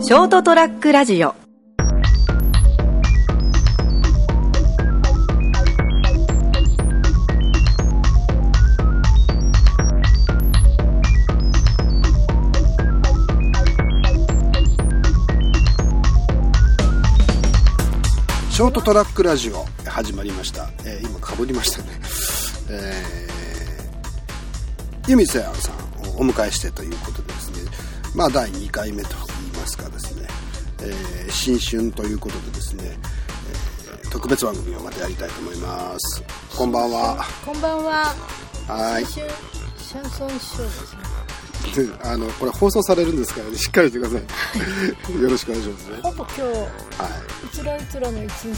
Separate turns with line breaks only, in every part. ショートトラックラジオ
ショートトラックラジオ始まりました、えー今かぶりましたねえー、湯水彩さんをお迎えしてということでですねまあ第2回目と言いますかですね、えー新春ということでですね、えー特別番組をまたやりたいと思いますこんばんは
こんばんは。
はーい
シュンシャンソンショーですね。
あのこれ放送されるんですからねしっかりしてくださいよろしくお願いしますね
ほぼ今
はい
日うつらうつらの一日で。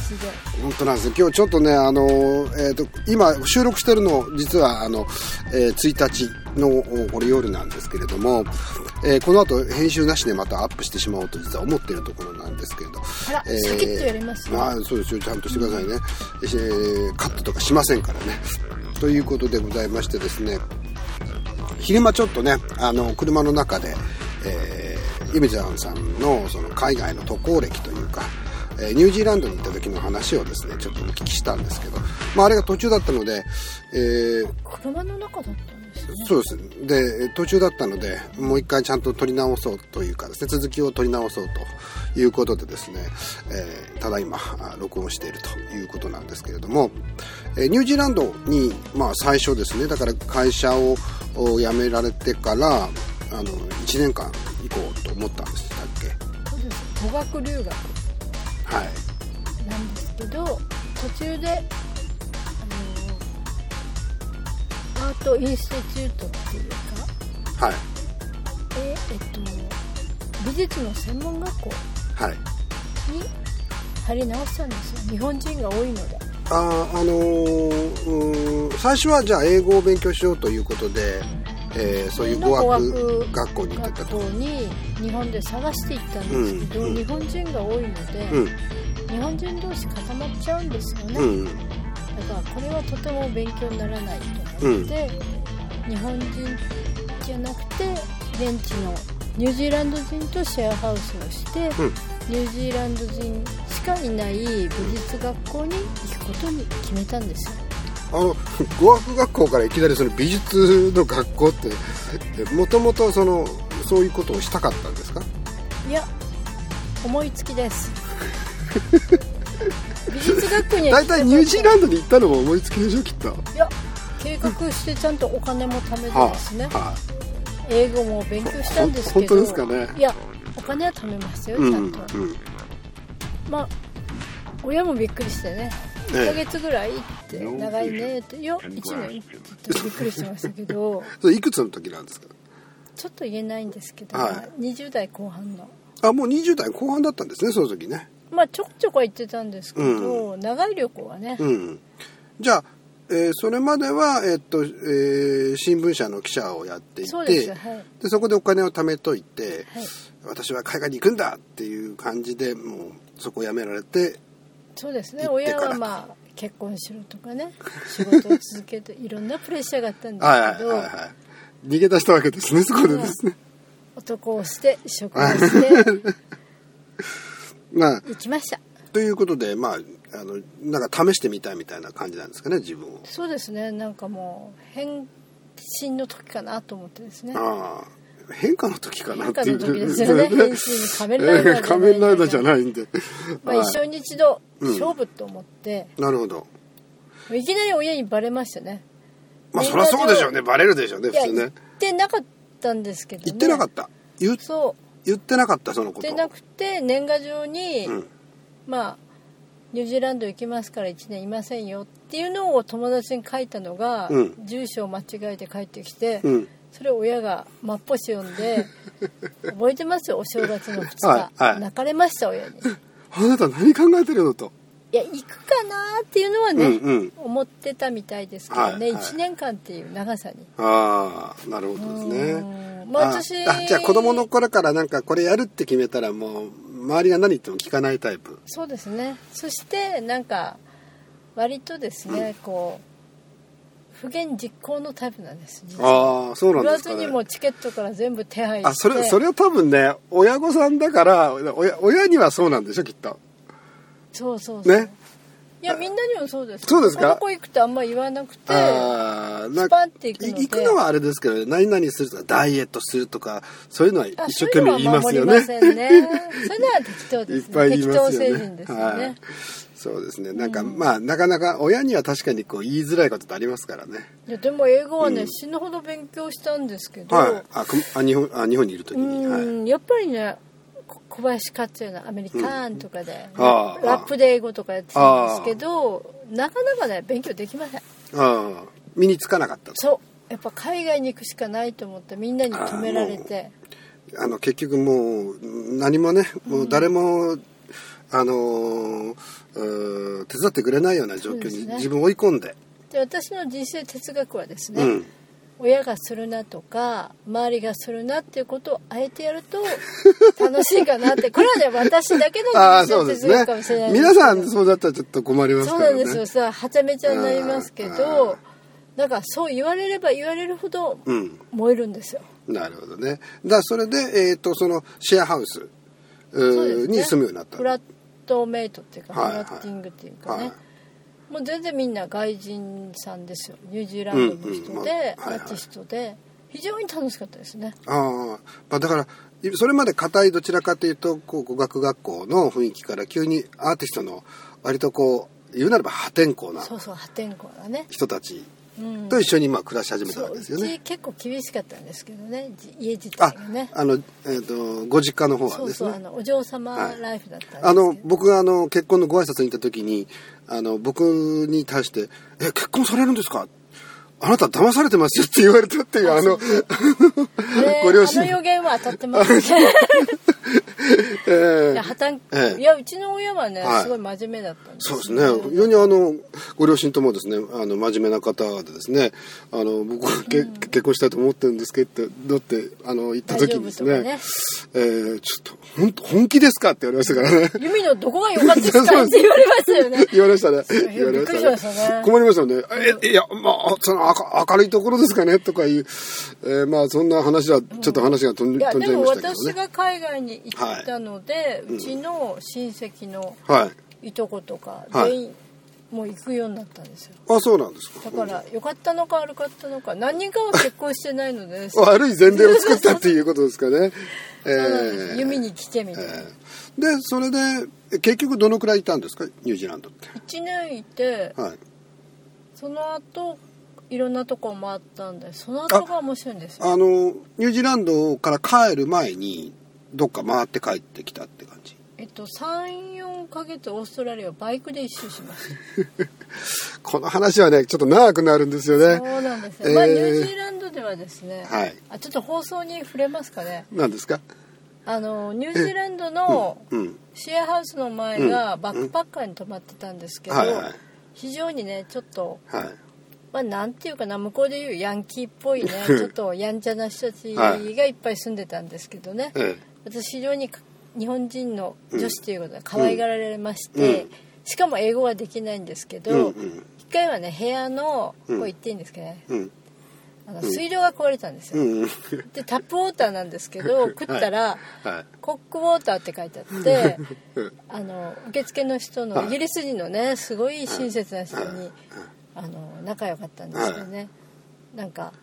本当なんですよ今日ちょっとね、あのえー、と今、収録してるの、実はあの、えー1日のおこれ夜なんですけれども、えーこの後編集なしでまたアップしてしまおうと、実は思っているところなんですけれど、
あらシャキッとやりますよ
あーそうですよ、ちゃんとしてくださいね、えーカットとかしませんからね。ということでございましてですね、昼間ちょっとねあの車の中で、えー、ゆみちゃんさんのその海外の渡航歴というか、えーニュージーランドに行った時の話をですねちょっとお聞きしたんですけど、まあ、あれが途中だったので、えー
車の中だったんですね。
そうですで途中だったのでもう一回ちゃんと取り直そうというかですね続きを取り直そうということでですね、えーただ今あ録音しているということなんですけれども、えーニュージーランドに、まあ、最初ですねだから会社をお辞められてからあの1年間行こうと思ったんでしたっけ
そうです。語学留学
はい
なんですけど、途中で、あのアートインスティチュートっていうか、
はい
ええっと美術の専門学校
はい
に張り直したんですよ。日本人が多いので。
あーあのーうーん最初はじゃあ英語を勉強しようということで、えーそういう語学学校に行ってた
学
と
校に日本で探していったんですけど、
うんうん
日本人が多いので、
うん
日本人同士固まっちゃうんですよね、
うん
だからこれはとても勉強にならないと思って、日本人じゃなくて現地のニュージーランド人とシェアハウスをして、
うん
ニュージーランド人しかいない美術学校に行くことに決めたんですよ
あの 語学学校からいきなりその美術の学校ってもともとそのそういうことをしたかったんですか
いや思いつきです 美術学校には
大
行き
体
たかった
ニュージーランドに行ったのも思いつきでしょきっと
いや計画してちゃんとお金も貯めて
は
ですね、
あ、はあ、
英語も勉強したんですけど
ほん本当ですかね
いやお金は貯めましたよ
う
ち
ん
ゃ
うんん
と、まあ親もびっくりしてね1ヶ
ええ
月ぐらいって長いねっていや1年って言ってびっくりしてましたけ ど
それいくつの時なんですか
ちょっと言えないんですけど、
は
20代後半の
あもう20代後半だったんですねその時ね
まあちょこちょこは行ってたんですけど、長い旅行はね、
うんじゃあ、えーそれまでは、えっとえー新聞社の記者をやっていて
そうですはい
でそこでお金を貯めといて、
はい
私は海外に行くんだっていう感じでもうそこを辞められて
そうです
行
ね
って
親
から
はまあ結婚しろとかね仕事を続けて いろんなプレッシャーがあったんで
はいは
すけ
い
ど、
はいはい逃げ出したわけですねそこでですね、
男をして職をして
まあ
行きました
ということでまああのなんか試してみたいみたいな感じなんですかね自分を
そうですねなんかもう変身の時かなと思ってですね
ああ変化の時かな
変
って
化
いう
の時ですよ ね変身仮面ライダーじゃない
仮面ライダーじゃないん で、
ま
は
あ、
い
一生に一度
うん
勝負と思って、
なるほど
いきなり親にバレましたね
まあそりゃそうでしょうね
みんな
バレるでしょうね
いや
普通
言っ
ね
てなかったんですけど、ね、
言ってなかった言っ
そう
言ってなかったそのこ
言っ
と
てなくて年賀状に、
うん
まあニュージーランド行きますから1年いませんよっていうのを友達に書いたのが、
うん
住所を間違えて帰ってきて、
うん
それを親が真っ星読 んで覚えてますよお正月の2日、
はいはい
泣かれました親に
あなた何考えてるのと
いや行くかなっていうのはね、
うんうん
思ってたみたいですけどね、
はいはい
1年間っていう長さに
ああなるほどですね
うんまあ私
あじゃあ子供の頃からなんかこれやるって決めたらもう周りが何言っても聞かないタイプ
そうですねそしてなんか割とですね、こう不現実行のタイプなんです実は
ああそうなん
売ら
です
ず
か、
に
ね、
もうチケットから全部手配して
あそれそれは多分ね親御さんだから親親にはそうなんでしょきっと
そうそうそう、
ね
いやみんなにもそうです
そうですか
この子行くってあんま言わなくて
ああなん
スパ
か
ンって
い
いくので
行くのはあれですけど何々するとかダイエットするとかそういうのは一
あ
生懸命言いますよね
そうい うのは守りませんねそれなら適当で
いっ
す
ぱ
ね
いい
適
ま
当
すよね。
成人ですよね、
はい。そうですね。なんか、まあなかなか親には確かにこう言いづらいことってありますからね。
いやでも英語はね、死ぬほど勉強したんですけど、
はい。あ、くあ日本あ日本にいるとき
う
に、はい。
んやっぱりねこ小林克也のアメリカンとかで、
ああ
ラップで英語とかやってたんですけどなかなかね勉強できません
ああ身につかなかったと。
そうやっぱ海外に行くしかないと思ってみんなに止められて
あの結局もう何もねもう誰も、あのーうー手伝ってくれないような状況
そうで
に
すね
自分を追い込んで。
で私の人生哲学はですね、
うん。
親がするなとか周りがするなっていうことをあえてやると楽しいかなってこれはね私だけの
ああ
人
そ
生
うです
哲
ね
学かもしれない。んですけど
皆さんそうだったらちょっと困ります
そ
か
うな
ら
ん
ね。
ですよさはちゃめちゃになりますけ
あー
どなんかそう言われれば言われるほど
うん。
燃えるんですよ、
なるほどね。だからそれで、えっ、と、そのシェアハウス
そう
う
で
ー、
すね
に住むようになった。
フラットメイトっていうか、
はいはい
フラッティングっていうかね、
は
もう全然みんな外人さんですよニュージーランドの人で、
うんうんまあはいはい
アーティストで非常に楽しかったですね
ああ、まあ、だから、いそれまで固いどちらかというと、こう、語学学校の雰囲気から急にアーティストの、割とこう、言うなれば破天荒な
そうそう破天荒だね
人たち
うん
と一緒にまあ暮らし始めた
そ
わ
う
け
う
ですよね。
ち結構厳しかったんですけどねじ家自体
あ
がね、
あの、えっ、と、ご実家の方は
そう
です
そうあ
ね。
のお嬢様ライフだったんですけど、
あの僕があの結婚のご挨拶に行った時にあの僕に対して「え結婚されるんですか?」あなた騙されてますよって言われたっていうあ の
ね
ご両親
あの予言は当たっ てますねいや破綻、
ええ
いやうちの親はね、
はい
すごい真面目だったんです
そう
よ
ですね非常にあのご両親ともですねあの真面目な方でですねあの僕はけ、結婚したいと思ってるんですけどってだってあの言った時にですね
大丈夫
えーちょっと本当本気ですか?」って言われましたからね
弓のどこが良かったです
そ
か
う
って言われますよ ね
言われましたね
う
言われま
びっくり
し
したました
ね
ね
困りましたね「えいやまあその明明るいところですかね」とかいう、えーまあそんな話はちょっと話が飛ん,、
いや
飛ん
で
じゃい
も
ましたけど
私
ね
が海外に行ってたので、うちの親戚の
はい
いとことか
はい
全員もう行くようになったんですよ
あそうなんですか
だから良かったのか悪かったのか何人かは結婚してないので、 そう
悪い前例を作ったっていうことですか ねえ
なんです
ー
弓に聞けみたいな、
でそれで結局どのくらいいたんですかニュージーランドって
1年いて
はい
その後いろんなとこ回ったんでその後が面白いんですよ
あのニュージーランドから帰る前にどっか回って帰ってきたって感じ
えっと34ヶ月オーストラリアをバイクで一周しました
この話はねちょっと長くなるんですよね
そうなんですよ、まあ
えー
ニュージーランドではですね、
はい
あちょっと放送に触れますかね
なんですか
あのニュージーランドの
うん
シェアハウスの前がバックパッカーに泊まってたんですけど、
はいはい
非常にねちょっと、
はい
まあ、なんていうかな向こうでいうヤンキーっ ぽいねちょっとやんちゃな人たちがいっぱい住んでたんですけどね、
え
私非常にか日本人の女子ということで可愛がられまして、しかも英語はできないんですけ
えうん
ど、
うん
一回はね部屋のこ
ん
う言っていいんですかね、
うん
あの水道が壊れたんですよ、
うんうん
でタップウォーターなんですけど食ったら、
はい
コックウォーターって書いてあって
うん
あの受付の人の
はい
イギリス人のねすごい親切な人
はいはい
にあの仲良かったんですよね、なんか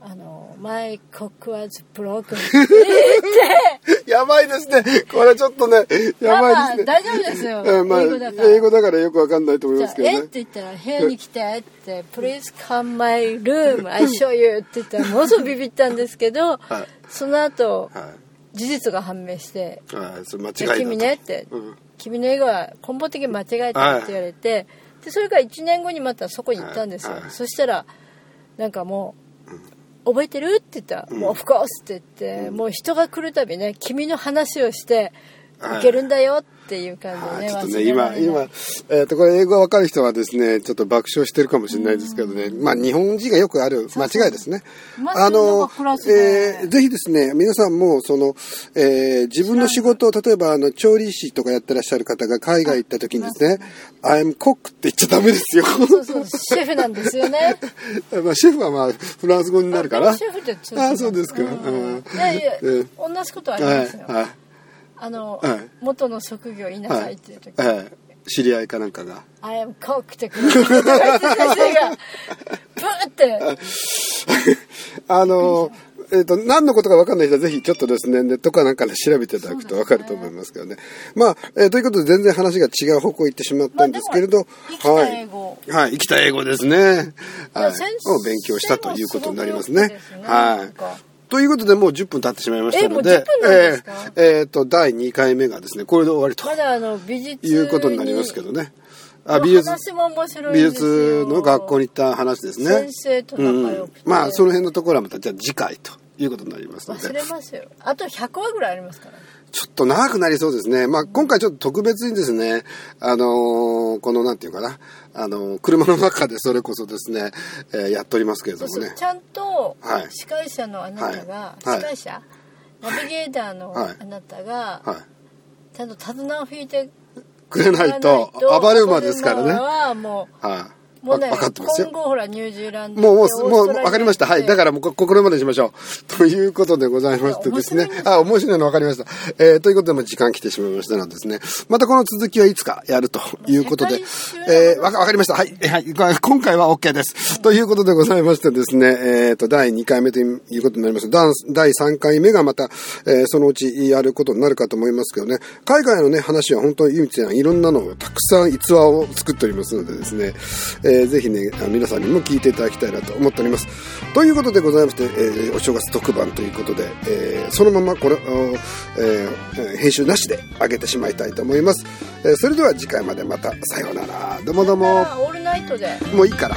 あの「My cock was broken」
やばいですねこれちょっとねや
マ
ばい
マ
ですね
大丈夫ですよ、
うんまあ
英語だから
英語だからよくわかんないと思い
じゃ
ま
あ
す
「
けど
えっ?」
ね
て言ったら「部屋に来て」って「Please come my room I show you」って言ったらものすごくビビったんですけど、
はい
その後
はい
事実が判明して
はい、それ間違
「い
い
や
だと
君ね」って
うん
「君の英語は根本的に間違えた」って言われてでそれから1年後にまたそこに行ったんですよ
はいはい
そしたらなんかもう「覚えてる?」って言ったら「もう of course」って言ってもう人が来るたびね君の話をして行けるんだよっていう感
あー
じで
ちょっと
忘
ね、
れら
今、
れない
今、えっと、これ英語がわかる人はですね、ちょっと爆笑してるかもしれないですけどね、まあ、日本人がよくある間違いですね。
まあ
あの
そんなのが、暮らし
え
で
ーぜひですね、皆さんも、その、えー自分の仕事を、例えば、あの、調理師とかやってらっしゃる方が海外行った時にですね、I'm cook って言っちゃダメですよ。
そうそうシェフなんですよね
まあ、シェフはまあ、フランス語になるから。
シェフってちょっと
ああ、そうですか。うん
いやいや、
うん
同じことあり
は
ま
い
すよ、、
はい。
あの、
はい
元の職業言いなさいっていう時、
ええ知り合いかなんかが。
I am cock ってくる 先生がブーって
あの、えっ、と、何のことか分かんない人はぜひちょっとですね、ネットかなんかで調べていただくと分かると思いますけどね。まあ、えーということで全然話が違う方向行ってしまったんですけれど、
まあでも生きた
はいは
英語。
い、生きた英語ですね。はい。
先生
を勉強したということになりますね。
もすごく良くてですね
は
なん
い
か。
ということでもう10分経ってしまいましたので、
えもう10分なんですか
えーえーと、第2回目がですね、これで終わりと
まだあの美術
いうことになりますけどね。あ、
美
美
術
術。
話も面白い
美
んですよ
術の学校に行った話ですね
先生と仲良くて
うんまあその辺のところはまたじゃあ次回ということになりますの
忘
で
れますよあと100話ぐらいありますから
ちょっと長くなりそうですね、まあ、今回ちょっと特別にですねあのーこのなんていうかな、あのー車の中でそれこそですね、えーやっておりますけれども
そう
ね
そうちゃんと
はい
司会者のあなたが、
はい
司会者、ナビゲーターの
はい
あなたが、
はい
ちゃんと手綱を引いて
くれないと暴れ馬ですからね
暴れ馬はも
はい、
うも
わ
うね
分かってますよ
今後ほらニュージーランド
もう、もうす、もう、
オーストラリア
わかりました。はい。だから、もう、ここれまでにしましょう。 ということでございましてですね
面白いんで。
あ、面白いのわかりました。えーということで、もう時間来てしまいましたのでですね。またこの続きはいつかやるということで
世界中の。
えーわか、わかりました。はい。えーはい。今回は OK です。ということでございましてですね。えっと、第2回目ということになります。ダンス第3回目がまた、えーそのうちやることになるかと思いますけどね。海外のね、話は本当にゆみちゃん、いろんなのをたくさん逸話を作っておりますのでですね。えーぜひね、あの皆さんにも聞いていただきたいなと思っております。ということでございまして、えーお正月特番ということで、えーそのままこれ、あのえー編集なしで上げてしまいたいと思います。えーそれでは次回までまたさようなら。どうもどう
ま
も。
たオールナイトで
もういいから。